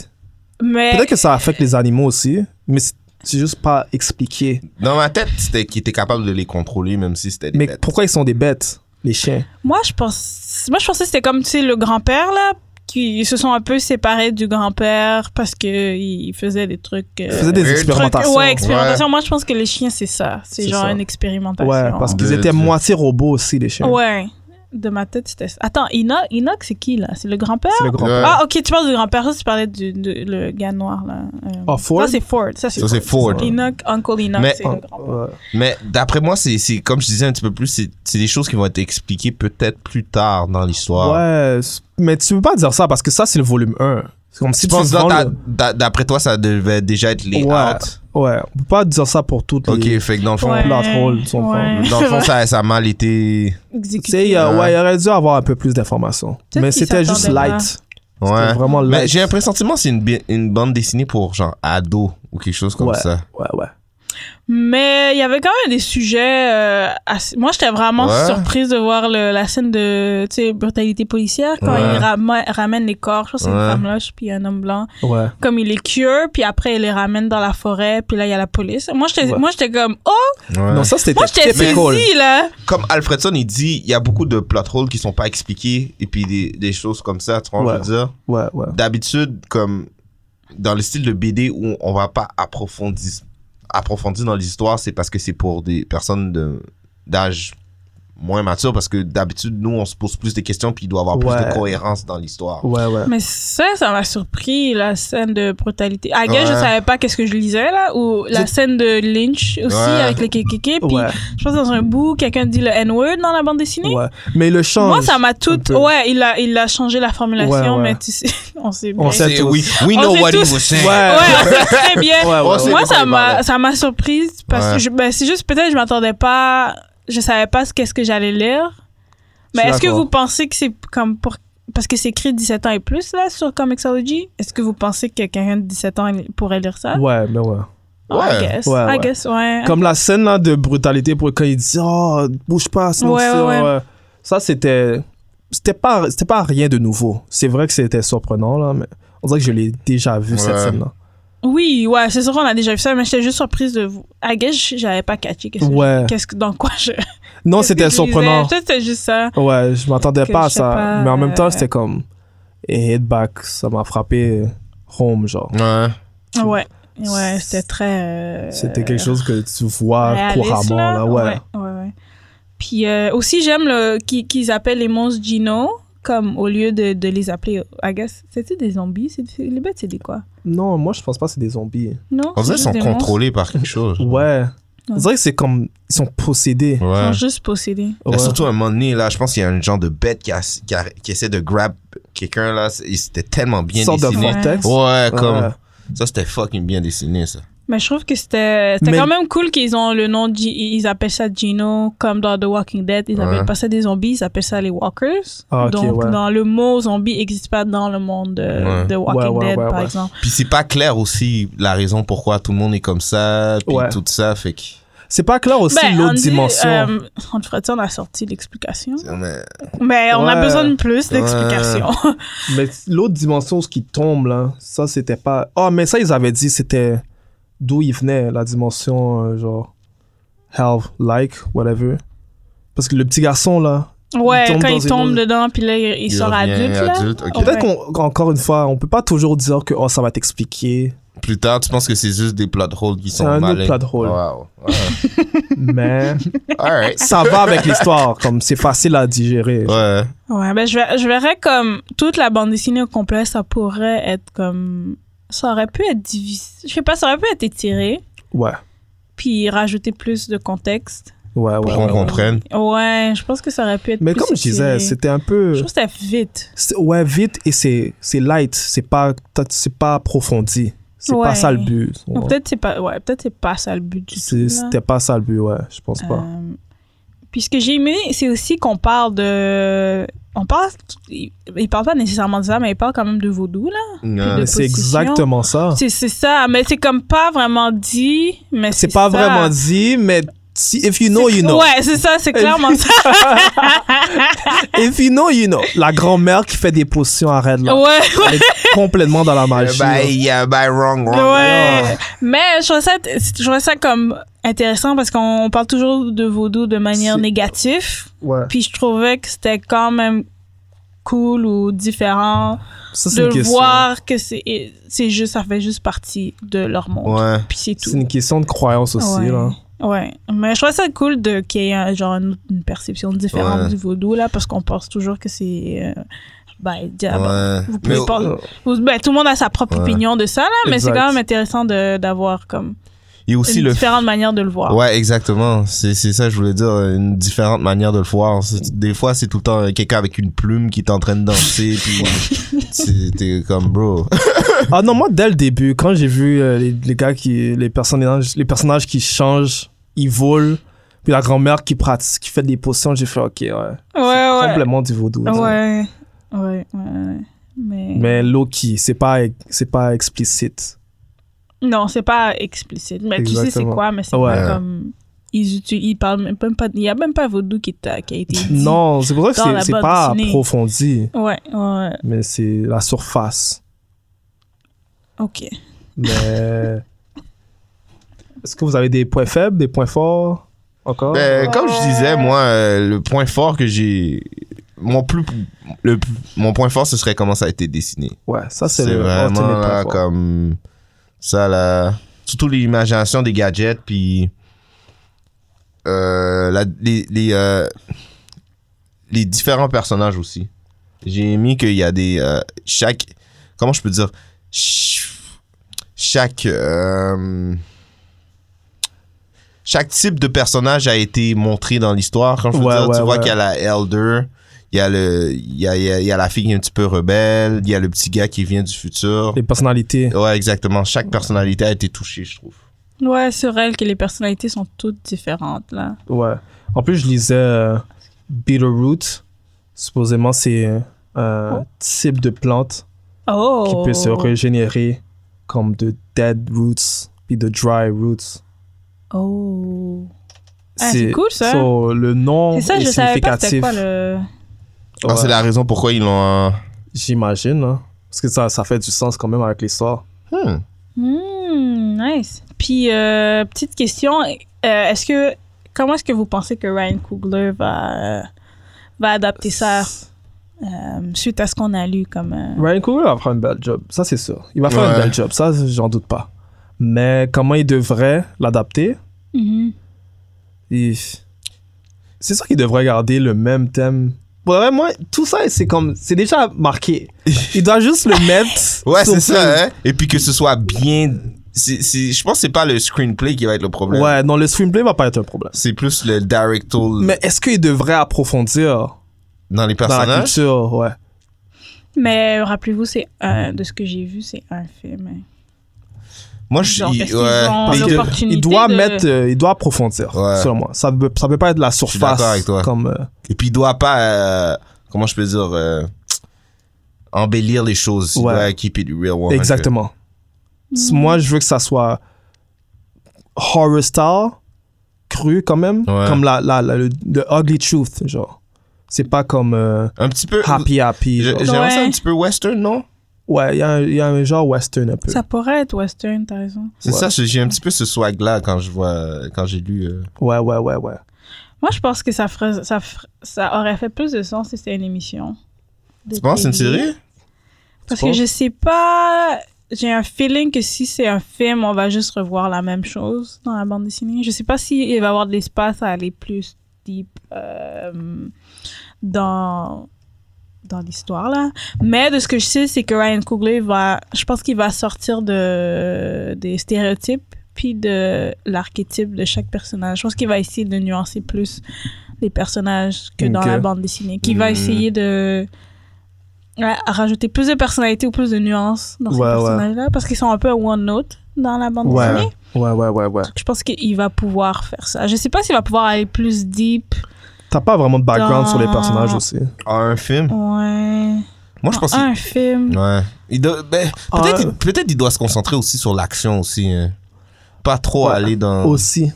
Mais
Peut-être que ça affecte les animaux aussi, mais c'est- c'est juste pas expliqué.
Dans ma tête, c'était qu'il était capable de les contrôler même si c'était des
Mais
bêtes.
pourquoi ils sont des bêtes, les chiens
moi, je pense... moi, je pensais que c'était comme, tu sais, le grand-père, là, qui ils se sont un peu séparés du grand-père parce que il faisait des trucs... euh,
Ils faisaient des
Weird.
expérimentations.
ouais, expérimentation. Moi, je pense que les chiens, c'est ça. C'est
C'est
genre
ça.
une expérimentation.
Ouais, parce qu'ils
De-
étaient
de-
moitié robots aussi, les chiens.
Ouais. De ma tête, c'était ça. Attends, Enoch, Enoch c'est qui, là? C'est le grand-père?
C'est le grand.
Ouais.
Ah, ok, tu parles du grand-père. Ça, tu parlais du de- le gars noir, là. Euh,
Oh, Ford?
Ça, c'est Ford. Ça, c'est
Ça, c'est Ford.
Enoch, Uncle Enoch,
Mais-
c'est le grand-père.
Ah, Ouais.
Mais d'après moi, c'est c'est- comme je disais un petit peu plus, c'est c'est des choses qui vont être expliquées peut-être plus tard dans l'histoire.
Ouais, c- mais tu peux pas dire ça parce que ça, c'est le volume 1. C'est comme si
Tu
tu
penses
vends
dans ta-
le-
d'a- d'après toi, ça devait déjà être les
Ouais.
out.
Ouais, on peut pas dire ça pour toutes
Ok,
les...
fait que dans le fond,
Ouais.
plot hole, son
ouais.
dans le fond, ça, ça a mal été.
*laughs*
Tu sais,
Exécuté.
euh,
Ouais.
ouais, il aurait dû avoir un peu plus d'informations.
Peut-être
Mais
qu'il
c'était juste
s'attendait
light.
Ouais.
C'était vraiment light.
Mais j'ai un pressentiment que c'est une, bi- une bande dessinée pour genre ado ou quelque chose comme
Ouais.
ça.
Ouais, ouais.
Mais il y avait quand même des sujets. euh, assez- Moi, j'étais vraiment
Ouais.
surprise de voir le- la scène de tu sais, brutalité policière quand
Ouais.
il rama- ramène les corps. Je pense que c'est
Ouais.
une femme lâche puis un homme blanc.
Ouais.
Comme il les cure, puis après, il les ramène dans la forêt, puis là, il y a la police. Moi, j'étais
Ouais.
moi j'étais comme, oh,
Ouais.
Non, ça, c'était
moi, j'étais
très cool.
saisie, là.
Comme Alfredson, il dit, il y a beaucoup de plot holes qui sont pas expliqués et puis des, des choses comme ça, tu vois,
Ouais.
je veux dire.
Ouais, ouais.
D'habitude, comme dans le style de BD où on va pas approfondir, approfondir dans l'histoire, c'est parce que c'est pour des personnes de- d'âge moins mature parce que d'habitude, nous, on se pose plus de questions puis il doit y avoir plus
Ouais.
de cohérence dans l'histoire.
Ouais, ouais.
Mais ça, ça m'a surpris, la scène de brutalité. À guess, je
Ouais.
savais pas qu'est-ce que je lisais, là. Ou la scène de Lynch aussi,
Ouais.
avec les kékékés. Puis,
Ouais,
je pense, dans un bout, quelqu'un dit le N-word dans la bande dessinée.
ouais. Mais le change.
Moi, ça m'a
un
tout.
peu.
Ouais, il a, il a changé la formulation,
Ouais, ouais.
mais tu sais, *laughs* on sait bien.
On sait
C'est-
tous.
We, we
On
know
sait
what he
tous.
was saying.
Ouais.
Ouais, on sait très bien.
Ouais, ouais,
On
ouais.
sait
Moi,
de quoi
ça
il
m'a,
parlait.
ça m'a surprise parce
Ouais.
que je- ben, c'est juste peut-être je m'attendais pas, je savais pas ce qu'est-ce que j'allais lire.
Je
Mais
suis
est-ce que
d'accord.
vous pensez que c'est comme pour parce que c'est écrit 17 ans et plus là sur Comixology, est-ce que vous pensez que quelqu'un de 17 ans il pourrait lire ça
Ouais, mais ouais.
I
Ouais.
guess,
Ouais,
I
ouais.
guess, ouais.
Comme la scène là, de brutalité pour quand il dit Oh, bouge pas, sinon
Ouais,
ça.
ouais, ouais.
ouais. Ça, c'était. C'était pas, c'était pas rien de nouveau. C'est vrai que c'était surprenant, là, mais on dirait que je l'ai déjà vu, cette
Ouais.
scène-là.
Oui, ouais, c'est sûr on a déjà vu ça, mais j'étais juste surprise de vous. I guess j'avais pas catché qu'est-ce que
Ouais.
qu'est-ce que dans quoi je
Non,
qu'est-ce que
c'était
je lisais.
surprenant.
Peut-être c'était juste ça.
Ouais, je m'attendais
Que
pas à
je sais
ça.
pas,
mais en même
euh,
temps, c'était comme. Et hit back, ça m'a frappé euh, home, genre.
Ouais.
Ouais. Ouais, c'était très euh,
C'était quelque chose que tu vois
réaliste,
couramment, là, ouais.
ouais, ouais, ouais. Puis euh, aussi, j'aime le- qui- qu'ils appellent les monstres Gino, comme au lieu de, de les appeler, I guess, c'était des zombies? C'est- c'est- les bêtes, c'est des quoi?
Non, moi, je pense pas que c'est des zombies.
Non?
On dirait qu'ils
c'est juste
sont
des
contrôlés par quelque chose.
Ouais. On dirait que c'est comme. Ils sont possédés.
monstres.
Ouais.
Ils sont juste possédés.
Là,
Ouais.
Surtout à un moment donné, là, je pense qu'il y a un genre de bête qui, a- qui, a- qui essaie de grab quelqu'un, là. C'est- C'était tellement bien
sorte de
dessiné.
Ouais.
vortex.
Ouais, comme.
Ouais.
Ça, c'était fucking bien dessiné, ça.
Mais je trouve que c'était c'était
Mais-
quand même cool qu'ils ont le nom, de Gi- ils appellent ça Gino, comme dans The Walking Dead, ils
Ouais.
appellent pas ça des zombies, ils appellent ça les Walkers.
Ah, ok,
Donc,
ouais.
dans le mot zombie n'existe pas dans le monde de,
Ouais.
de Walking
Ouais, ouais,
Dead,
ouais,
par
ouais.
exemple.
Puis c'est pas clair aussi la raison pourquoi tout le monde est comme ça, puis
Ouais.
tout ça, fait que...
C'est pas clair aussi
Ben, on
l'autre
dit,
dimension.
euh, on te ferait dire, on a sorti l'explication.
Mais-
Mais on a
Ouais.
besoin de plus d'explications.
Mais l'autre dimension, ce qui tombe, là, ça, c'était pas. Ah, mais ça, ils avaient dit, c'était d'où ils venaient, la dimension, euh, genre. Hell, like, whatever. Parce que le petit garçon, là.
*laughs* ouais,
tombe
quand
dans
il
une
tombe
autre-
dedans, puis là, il, il sort
revient
adulte, là.
adulte, ok.
Ouais.
Peut-être qu'on- qu'encore une fois, on peut pas toujours dire que oh, ça va t'expliquer.
Plus tard, tu penses que c'est juste des plot holes qui sont
C'est un autre
malins.
plot hole.
Wow. Ouais.
mais *laughs*
Alright.
ça va avec l'histoire, comme c'est facile à digérer.
Ouais.
Ouais, ben je, ver- je verrais comme toute la bande dessinée au complet, ça pourrait être comme. Ça aurait pu être divisé. Je sais pas, ça aurait pu être étiré,
Ouais,
puis rajouter plus de contexte.
ouais, ouais.
Pour
ouais,
qu'on
ouais.
comprenne.
Ouais, je pense que ça aurait pu être
Mais
plus
comme je disais,
étiré.
c'était un
Je
peu.
trouve que c'était vite.
c'est- Ouais, vite et c'est c'est light. C'est pas, c'est pas approfondi. C'est
Ouais.
pas ça le but.
Donc
Ouais.
Peut-être c'est pas, ouais, peut-être c'est pas ça le but du tout.
C'est-
là.
C'était pas ça le but, ouais, je pense pas.
Euh, puis ce que j'ai aimé, c'est aussi qu'on parle de. On parle. Ils ils parlent pas nécessairement de ça, mais ils parlent quand même de vaudou, là.
Ouais.
Euh, de-
c'est
position.
exactement ça.
C'est c'est ça, mais c'est comme pas vraiment dit, mais c'est
C'est pas
ça.
vraiment dit, mais si, if you know, you know.
Ouais, c'est ça,
*laughs*
c'est clairement ça.
If you know, you know. La grand-mère qui fait des potions à Red, là.
Ouais,
Elle est complètement dans la magie. là.
Bye, yeah, bye, wrong, wrong.
ouais. Mais je trouvais ça, je trouvais ça comme intéressant parce qu'on parle toujours de vaudou de manière
C'est-
négative.
Ouais.
Puis je trouvais que c'était quand même cool ou différent
Ça, c'est
de
une question.
voir que c'est et c'est juste, ça fait juste partie de leur monde.
Ouais.
Puis c'est tout.
C'est une question de croyance aussi,
ouais.
là.
Ouais. Mais je trouvais ça cool de qu'il y ait un- genre une, une perception différente
Ouais.
du vaudou, là, parce qu'on pense toujours que c'est. euh, ben, diable.
Ouais.
Vous pouvez
Mais,
pas- vous- ben, tout le monde a sa propre
Ouais.
opinion de ça, là, mais c'est
Exact.
quand même intéressant de- d'avoir comme
et aussi
une
le
différente manière de le voir.
Ouais, exactement. C'est c'est ça, que je voulais dire. Une différente manière de le voir. C'est- Des fois, c'est tout le temps euh, quelqu'un avec une plume qui est en train de danser. puis c'est- t'es comme, bro.
Ah non, moi, dès le début, quand j'ai vu euh, les, les gars qui. Les personnages, les personnages qui changent, ils volent, puis la grand-mère qui pratique, qui fait des potions, j'ai fait, ok, ouais.
Ouais,
C'est
Ah ouais.
Complètement du vaudou.
Ouais.
ça.
ouais. Ouais, ouais. Mais,
Mais Loki, c'est pas, c'est pas explicite.
non, c'est pas explicite. Mais tu sais c'est
Exactement.
quoi, mais c'est
Ouais.
pas comme ils utilisent, ils parlent même pas, il y a même pas vaudou qui, t'a- qui a été
*laughs*
dit.
Non, c'est pour ça que
Dans la
c'est- c'est
bande
pas
dessinée.
approfondi,
Ouais, ouais.
mais c'est la surface.
Ok.
Mais. *laughs* Est-ce que vous avez des points faibles, des points forts encore
Ben, comme je disais, moi, euh, le point fort que j'ai. Mon plus. Le, mon point fort, ce serait comment ça a été dessiné.
Ouais, ça c'est
C'est
le un de mes
vraiment
points
là,
forts.
comme. Ça, là. Surtout l'imagination des gadgets, puis. euh, la- les, les, euh, les différents personnages aussi. J'ai mis qu'il y a des. euh, chaque. Comment je peux dire Ch- Chaque. euh, chaque type de personnage a été montré dans l'histoire. Quand je veux
Ouais,
dire, tu
ouais,
vois
ouais.
qu'il y a la Elder, il y a, le, il y, a, il y a- il y a la fille qui est un petit peu rebelle, il y a le petit gars qui vient du futur.
Les personnalités.
Ouais, exactement. Chaque personnalité a été touchée, je trouve.
Ouais, c'est vrai que les personnalités sont toutes différentes, là.
Ouais. En plus, je lisais euh, Beetroot. Supposément, c'est un type de plante
Oh!
qui peut se régénérer comme de dead roots puis de dry roots.
Oh! Ah, c'est cool, ça.
so, le nom
C'est ça,
est
je savais pas c'était
significatif.
quoi le.
Alors,
Ouais,
Ah, C'est la raison pourquoi ils l'ont. euh,
J'imagine, hein. parce que ça, ça fait du sens quand même avec l'histoire.
hmm.
Hmm, nice. Puis, euh, petite question, euh, est-ce que. Comment est-ce que vous pensez que Ryan Coogler va, euh, va adapter ça euh, suite à ce qu'on a lu comme. euh,
Ryan Coogler va faire un bel job, ça c'est sûr. Il va faire
Ouais.
un bel job, ça j'en doute pas. Mais comment il devrait l'adapter
Mhm.
il- c'est sûr qu'ils devraient garder le même thème. Pour de vrai, moi, tout ça, c'est comme, c'est déjà
*laughs*
marqué. Ils doivent juste le mettre.
Ouais,
sur
c'est
film.
ça, hein. Et puis que ce soit bien. c'est- c'est- Je pense que c'est pas le screenplay qui va être le problème.
Ouais, non, le screenplay va pas être un problème.
C'est plus le directorial
Mais est-ce qu'ils devraient approfondir
dans les
dans la
personnages.
culture Ouais.
Mais rappelez-vous, c'est un, de ce que j'ai vu, c'est un film. hein.
Moi, je
Genre,
suis.
est-ce qu'ils
ouais.
ont
parce que-
l'opportunité
Il doit
de-
mettre, euh, il doit approfondir,
Ouais.
selon moi. Ça peut, ça peut pas être la
suis d'accord
surface.
avec toi.
Comme, euh,
Et puis, il doit pas. euh, comment je peux dire. euh, embellir les choses. Il
Ouais.
doit keep it real. 100.
Exactement. S- Moi, je veux que ça soit horror style, cru quand même,
Ouais.
comme la, la, la- le the ugly truth, genre. C'est pas comme euh,
Un petit peu.
happy happy.
J'ai-
genre.
J'aimerais ça un
Ouais.
petit peu western, non?
Ouais, il y, a un- il y a un genre western un peu.
Ça pourrait être western, t'as raison.
C'est
Ouais.
ça, j'ai j'ai un petit peu ce swag-là quand je vois, euh, quand j'ai lu. euh,
Ouais, ouais, ouais, ouais.
Moi, je pense que ça, ferait, ça, ferait- ça aurait fait plus de sens si c'était une émission.
Tu penses c'est une série?
Parce
Tu
que
penses?
je sais pas. J'ai un feeling que si c'est un film, on va juste revoir la même chose dans la bande dessinée. Je sais pas si il va y avoir de l'espace à aller plus deep euh, dans dans l'histoire là. Mais de ce que je sais, c'est que Ryan Coogler va, je pense qu'il va sortir de des stéréotypes puis de l'archétype de chaque personnage. Je pense qu'il va essayer de nuancer plus les personnages que dans
Ok.
la bande dessinée. Qu'il va
Mm.
essayer de Ouais, à rajouter plus de personnalité ou plus de nuances dans ces
Ouais, ouais.
personnages-là parce qu'ils sont un peu one note dans la bande
Ouais.
dessinée.
Ouais, ouais, ouais, ouais.
Donc, Je pense qu'il va pouvoir faire ça. Je sais pas s'il va pouvoir aller plus deep.
T'as pas vraiment de background
Dans-
sur les personnages aussi.
En un film?
Ouais.
Moi, je pense que.
un film.
Ouais. Il doit- ben,
En
peut-être,
un-
il- peut-être il doit se concentrer aussi sur l'action aussi. hein. Pas trop
Ouais.
aller dans.
Aussi.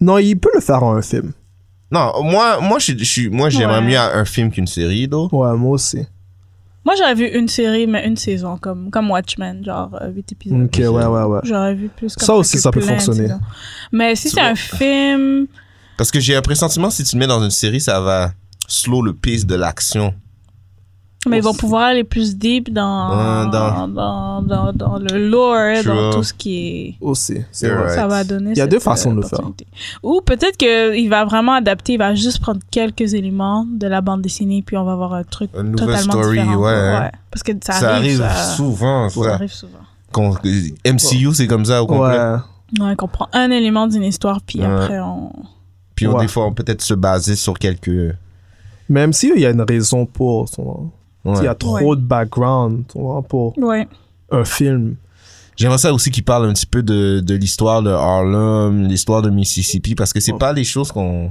Non, il peut le faire en un film.
Non, moi, moi, je, suis- je, suis- moi j'aimerais
Ouais.
mieux un film qu'une série, d'eau.
Ouais, moi aussi.
Moi, j'aurais vu une série, mais une saison, comme, comme Watchmen, genre 8 épisodes.
Ok, ouais, ouais, ouais.
J'aurais vu plus comme
Ça aussi,
que
ça peut
plein de
fonctionner.
saisons. Mais si
Tu
c'est
vois.
un film.
Parce que j'ai un pressentiment, si tu le mets dans une série, ça va slow le pace de l'action.
Mais ils vont pouvoir aller plus deep dans,
Ouais,
dans,
dans-
dans, dans le lore, dans
True.
tout ce qui est.
Aussi, c'est
You're
vrai.
right.
ça va donner.
Il y a
cette,
deux façons de
euh,
le faire.
opportunité. Ou peut-être qu'il va vraiment adapter, il va juste prendre quelques éléments de la bande dessinée, puis on va avoir un truc
Une nouvelle
totalement
story,
différent.
ouais. hein.
Parce que ça,
Ça
arrive,
arrive,
ça-
souvent,
ça
ça.
arrive souvent.
Qu'on- MCU, c'est comme ça au complet.
Ouais.
Ouais, qu'on prend un élément d'une histoire, puis
Ouais.
après on.
Puis on,
Ouais.
des fois, on peut peut-être se baser sur quelques.
Même si il y a une raison pour, tu vois.
Ouais.
Il y a trop de background, tu vois, pour
Ouais.
un film.
J'aimerais ça aussi qu'il parle un petit peu de, de l'histoire de Harlem, l'histoire de Mississippi, parce que c'est pas les choses qu'on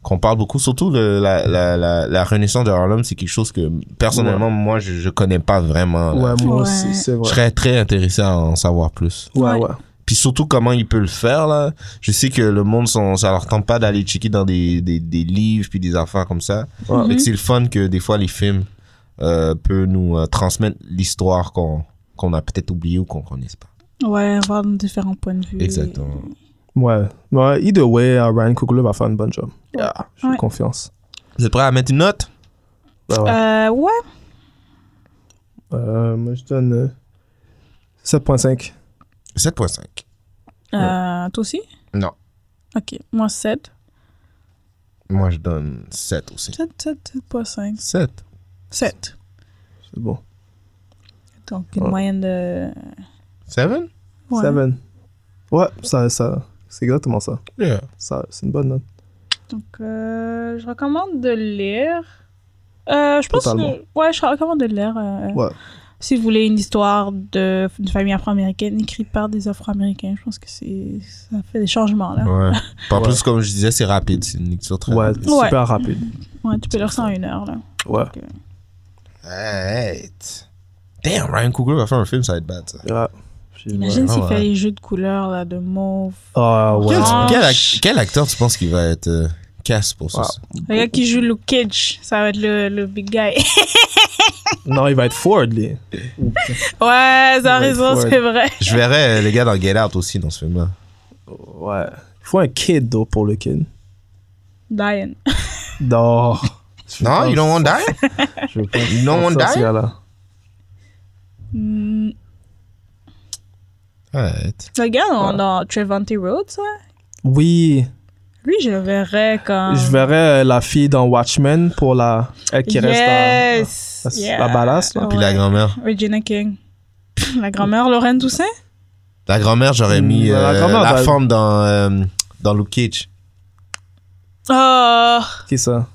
qu'on parle beaucoup. Surtout le- la, la, la, la renaissance de Harlem, c'est quelque chose que personnellement, moi, je, je connais pas vraiment. là.
Ouais, moi
Ouais.
aussi, c'est
Je
vrai.
serais très intéressé à en savoir plus.
Ouais, ouais.
Puis surtout comment il peut le faire là. Je sais que le monde, sont, ça leur tente pas d'aller checker dans des, des, des livres puis des affaires comme ça.
Ouais. Mm-hmm.
Fait que c'est le fun que des fois les films euh, peuvent nous euh, transmettre l'histoire qu'on qu'on a peut-être oubliée ou qu'on connaisse pas.
Ouais, avoir différents points de vue.
Exactement.
Ouais. Ouais, either way, euh, Ryan Coogler va faire une bonne job. Ah, J'ai
Ouais.
confiance. Bah
Vous êtes prêts à mettre une note
Ouais, ouais.
Euh, ouais.
Euh, moi, je donne euh, 7.5.
7.5.
Euh, toi aussi
Non.
Ok, moi 7.
Moi, je donne 7 aussi.
7, 7, 7.5.
7.
7.
C'est bon.
Donc une
Ouais.
moyenne de.
7
Ouais.
7. Ouais, ça, ça, c'est exactement ça.
Yeah.
ça c'est une bonne note.
Donc, euh, je recommande de lire. Euh, je pense
Totalement.
que. Ouais, je recommande de lire. euh,
Ouais.
Si vous voulez une histoire de- d'une famille afro-américaine écrite par des afro-américains, je pense que c'est ça fait des changements,
*laughs*
là.
Ouais. Puis En
Ouais.
plus, comme je disais, c'est rapide. C'est une lecture très
Ouais,
rapide.
Ouais.
super rapide.
Ouais, tu peux lire ça en une heure, là.
Ouais.
Alright. Damn, Ryan Coogler va faire un film, ça va être bad ça.
Ouais. J'ai-
Imagine
Ouais,
s'il
ouais.
fait les jeux de couleurs, là, de mauve.
Ah, ouais.
Quel,
Ah.
quel ac- quel acteur tu penses qu'il va être euh, casse pour ça
Ah.
ça?
Le gars qui joue Luke Cage, ça va être le, le big guy. *laughs*
Non, il va être Ford, lui.
ouais, ça a
Ouais,
raison,
faut
c'est vrai.
Je verrais euh, les gars dans Get Out aussi dans ce film-là.
Ouais. Il faut un kid, though, pour le kid.
Diane.
Non.
Non, you don't want that?
Je veux pas
You don't want
sortir, ce
that?
gars-là.
Hmm,
Alright.
le gars dans, dans Trevante Road, ça
Oui.
Lui, je le verrais quand.
Je verrais euh, la fille dans Watchmen pour la. Elle qui reste à-
yes.
la- la,
Yeah.
badass, là.
Puis la
Ouais.
grand-mère.
Regina King. La grand-mère Lorraine Toussaint
La grand-mère, j'aurais
Mm,
mis
la
euh, la,
grand-mère, bah-
femme dans, euh, dans Luke Cage.
Oh,
Qui ça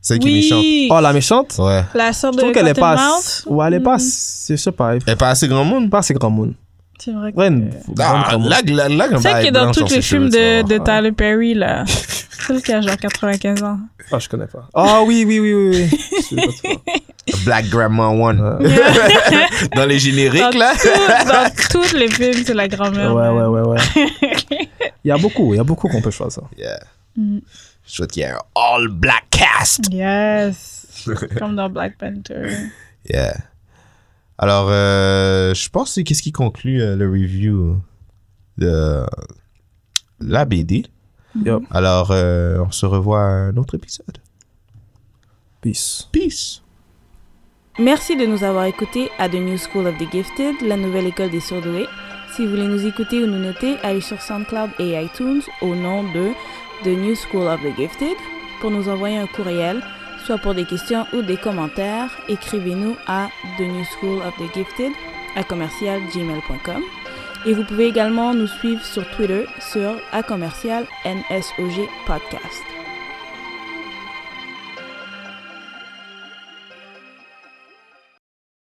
Celle qui est méchante.
oui.
Oh, la méchante
Ouais.
La sœur
Je
de
trouve qu'elle est pas.
Cottonmouth.
Ouais, elle est pas.
Hmm.
Je sais pas. elle-
Elle est pas assez grand monde.
Pas assez grand monde.
C'est vrai. que-
Vraiment, vraiment
Ah,
grand monde.
la, la, la grand-mère.
C'est celle qui est dans
blanche
tous
sur
les
ses
films de,
cheveux, tu
de
vois.
Tyler
*laughs*
Perry, là. Celle qui a genre 95 ans.
Ah, je connais pas. Ah oui, oui, oui, oui. oui. Je sais pas, tu vois.
Black Grandma One.
*laughs* Ouais.
*laughs* Dans les
Dans,
génériques, là.
tout- dans tous les films, c'est la grand-mère.
Ouais,
là.
ouais, ouais, ouais. Il y a beaucoup, il y a beaucoup qu'on peut choisir.
Yeah.
Mm.
Je souhaite qu'il y ait un all-black cast.
*laughs*
Yes. Comme dans Black Panther.
Yeah. Alors, euh, je pense que c'est qu'est-ce qui conclut euh, le review de la BD.
Mm-hmm.
Yup.
Alors, euh, on se revoit à un autre épisode.
Peace.
Peace.
Merci de nous avoir écoutés à The New School of the Gifted, la nouvelle école des surdoués. Si vous voulez nous écouter ou nous noter, allez sur SoundCloud et iTunes au nom de The New School of the Gifted pour nous envoyer un courriel, soit pour des questions ou des commentaires. Écrivez-nous à The New School of the Gifted à commercialgmail.com. Et vous pouvez également nous suivre sur Twitter sur à commercial NSOG Podcast.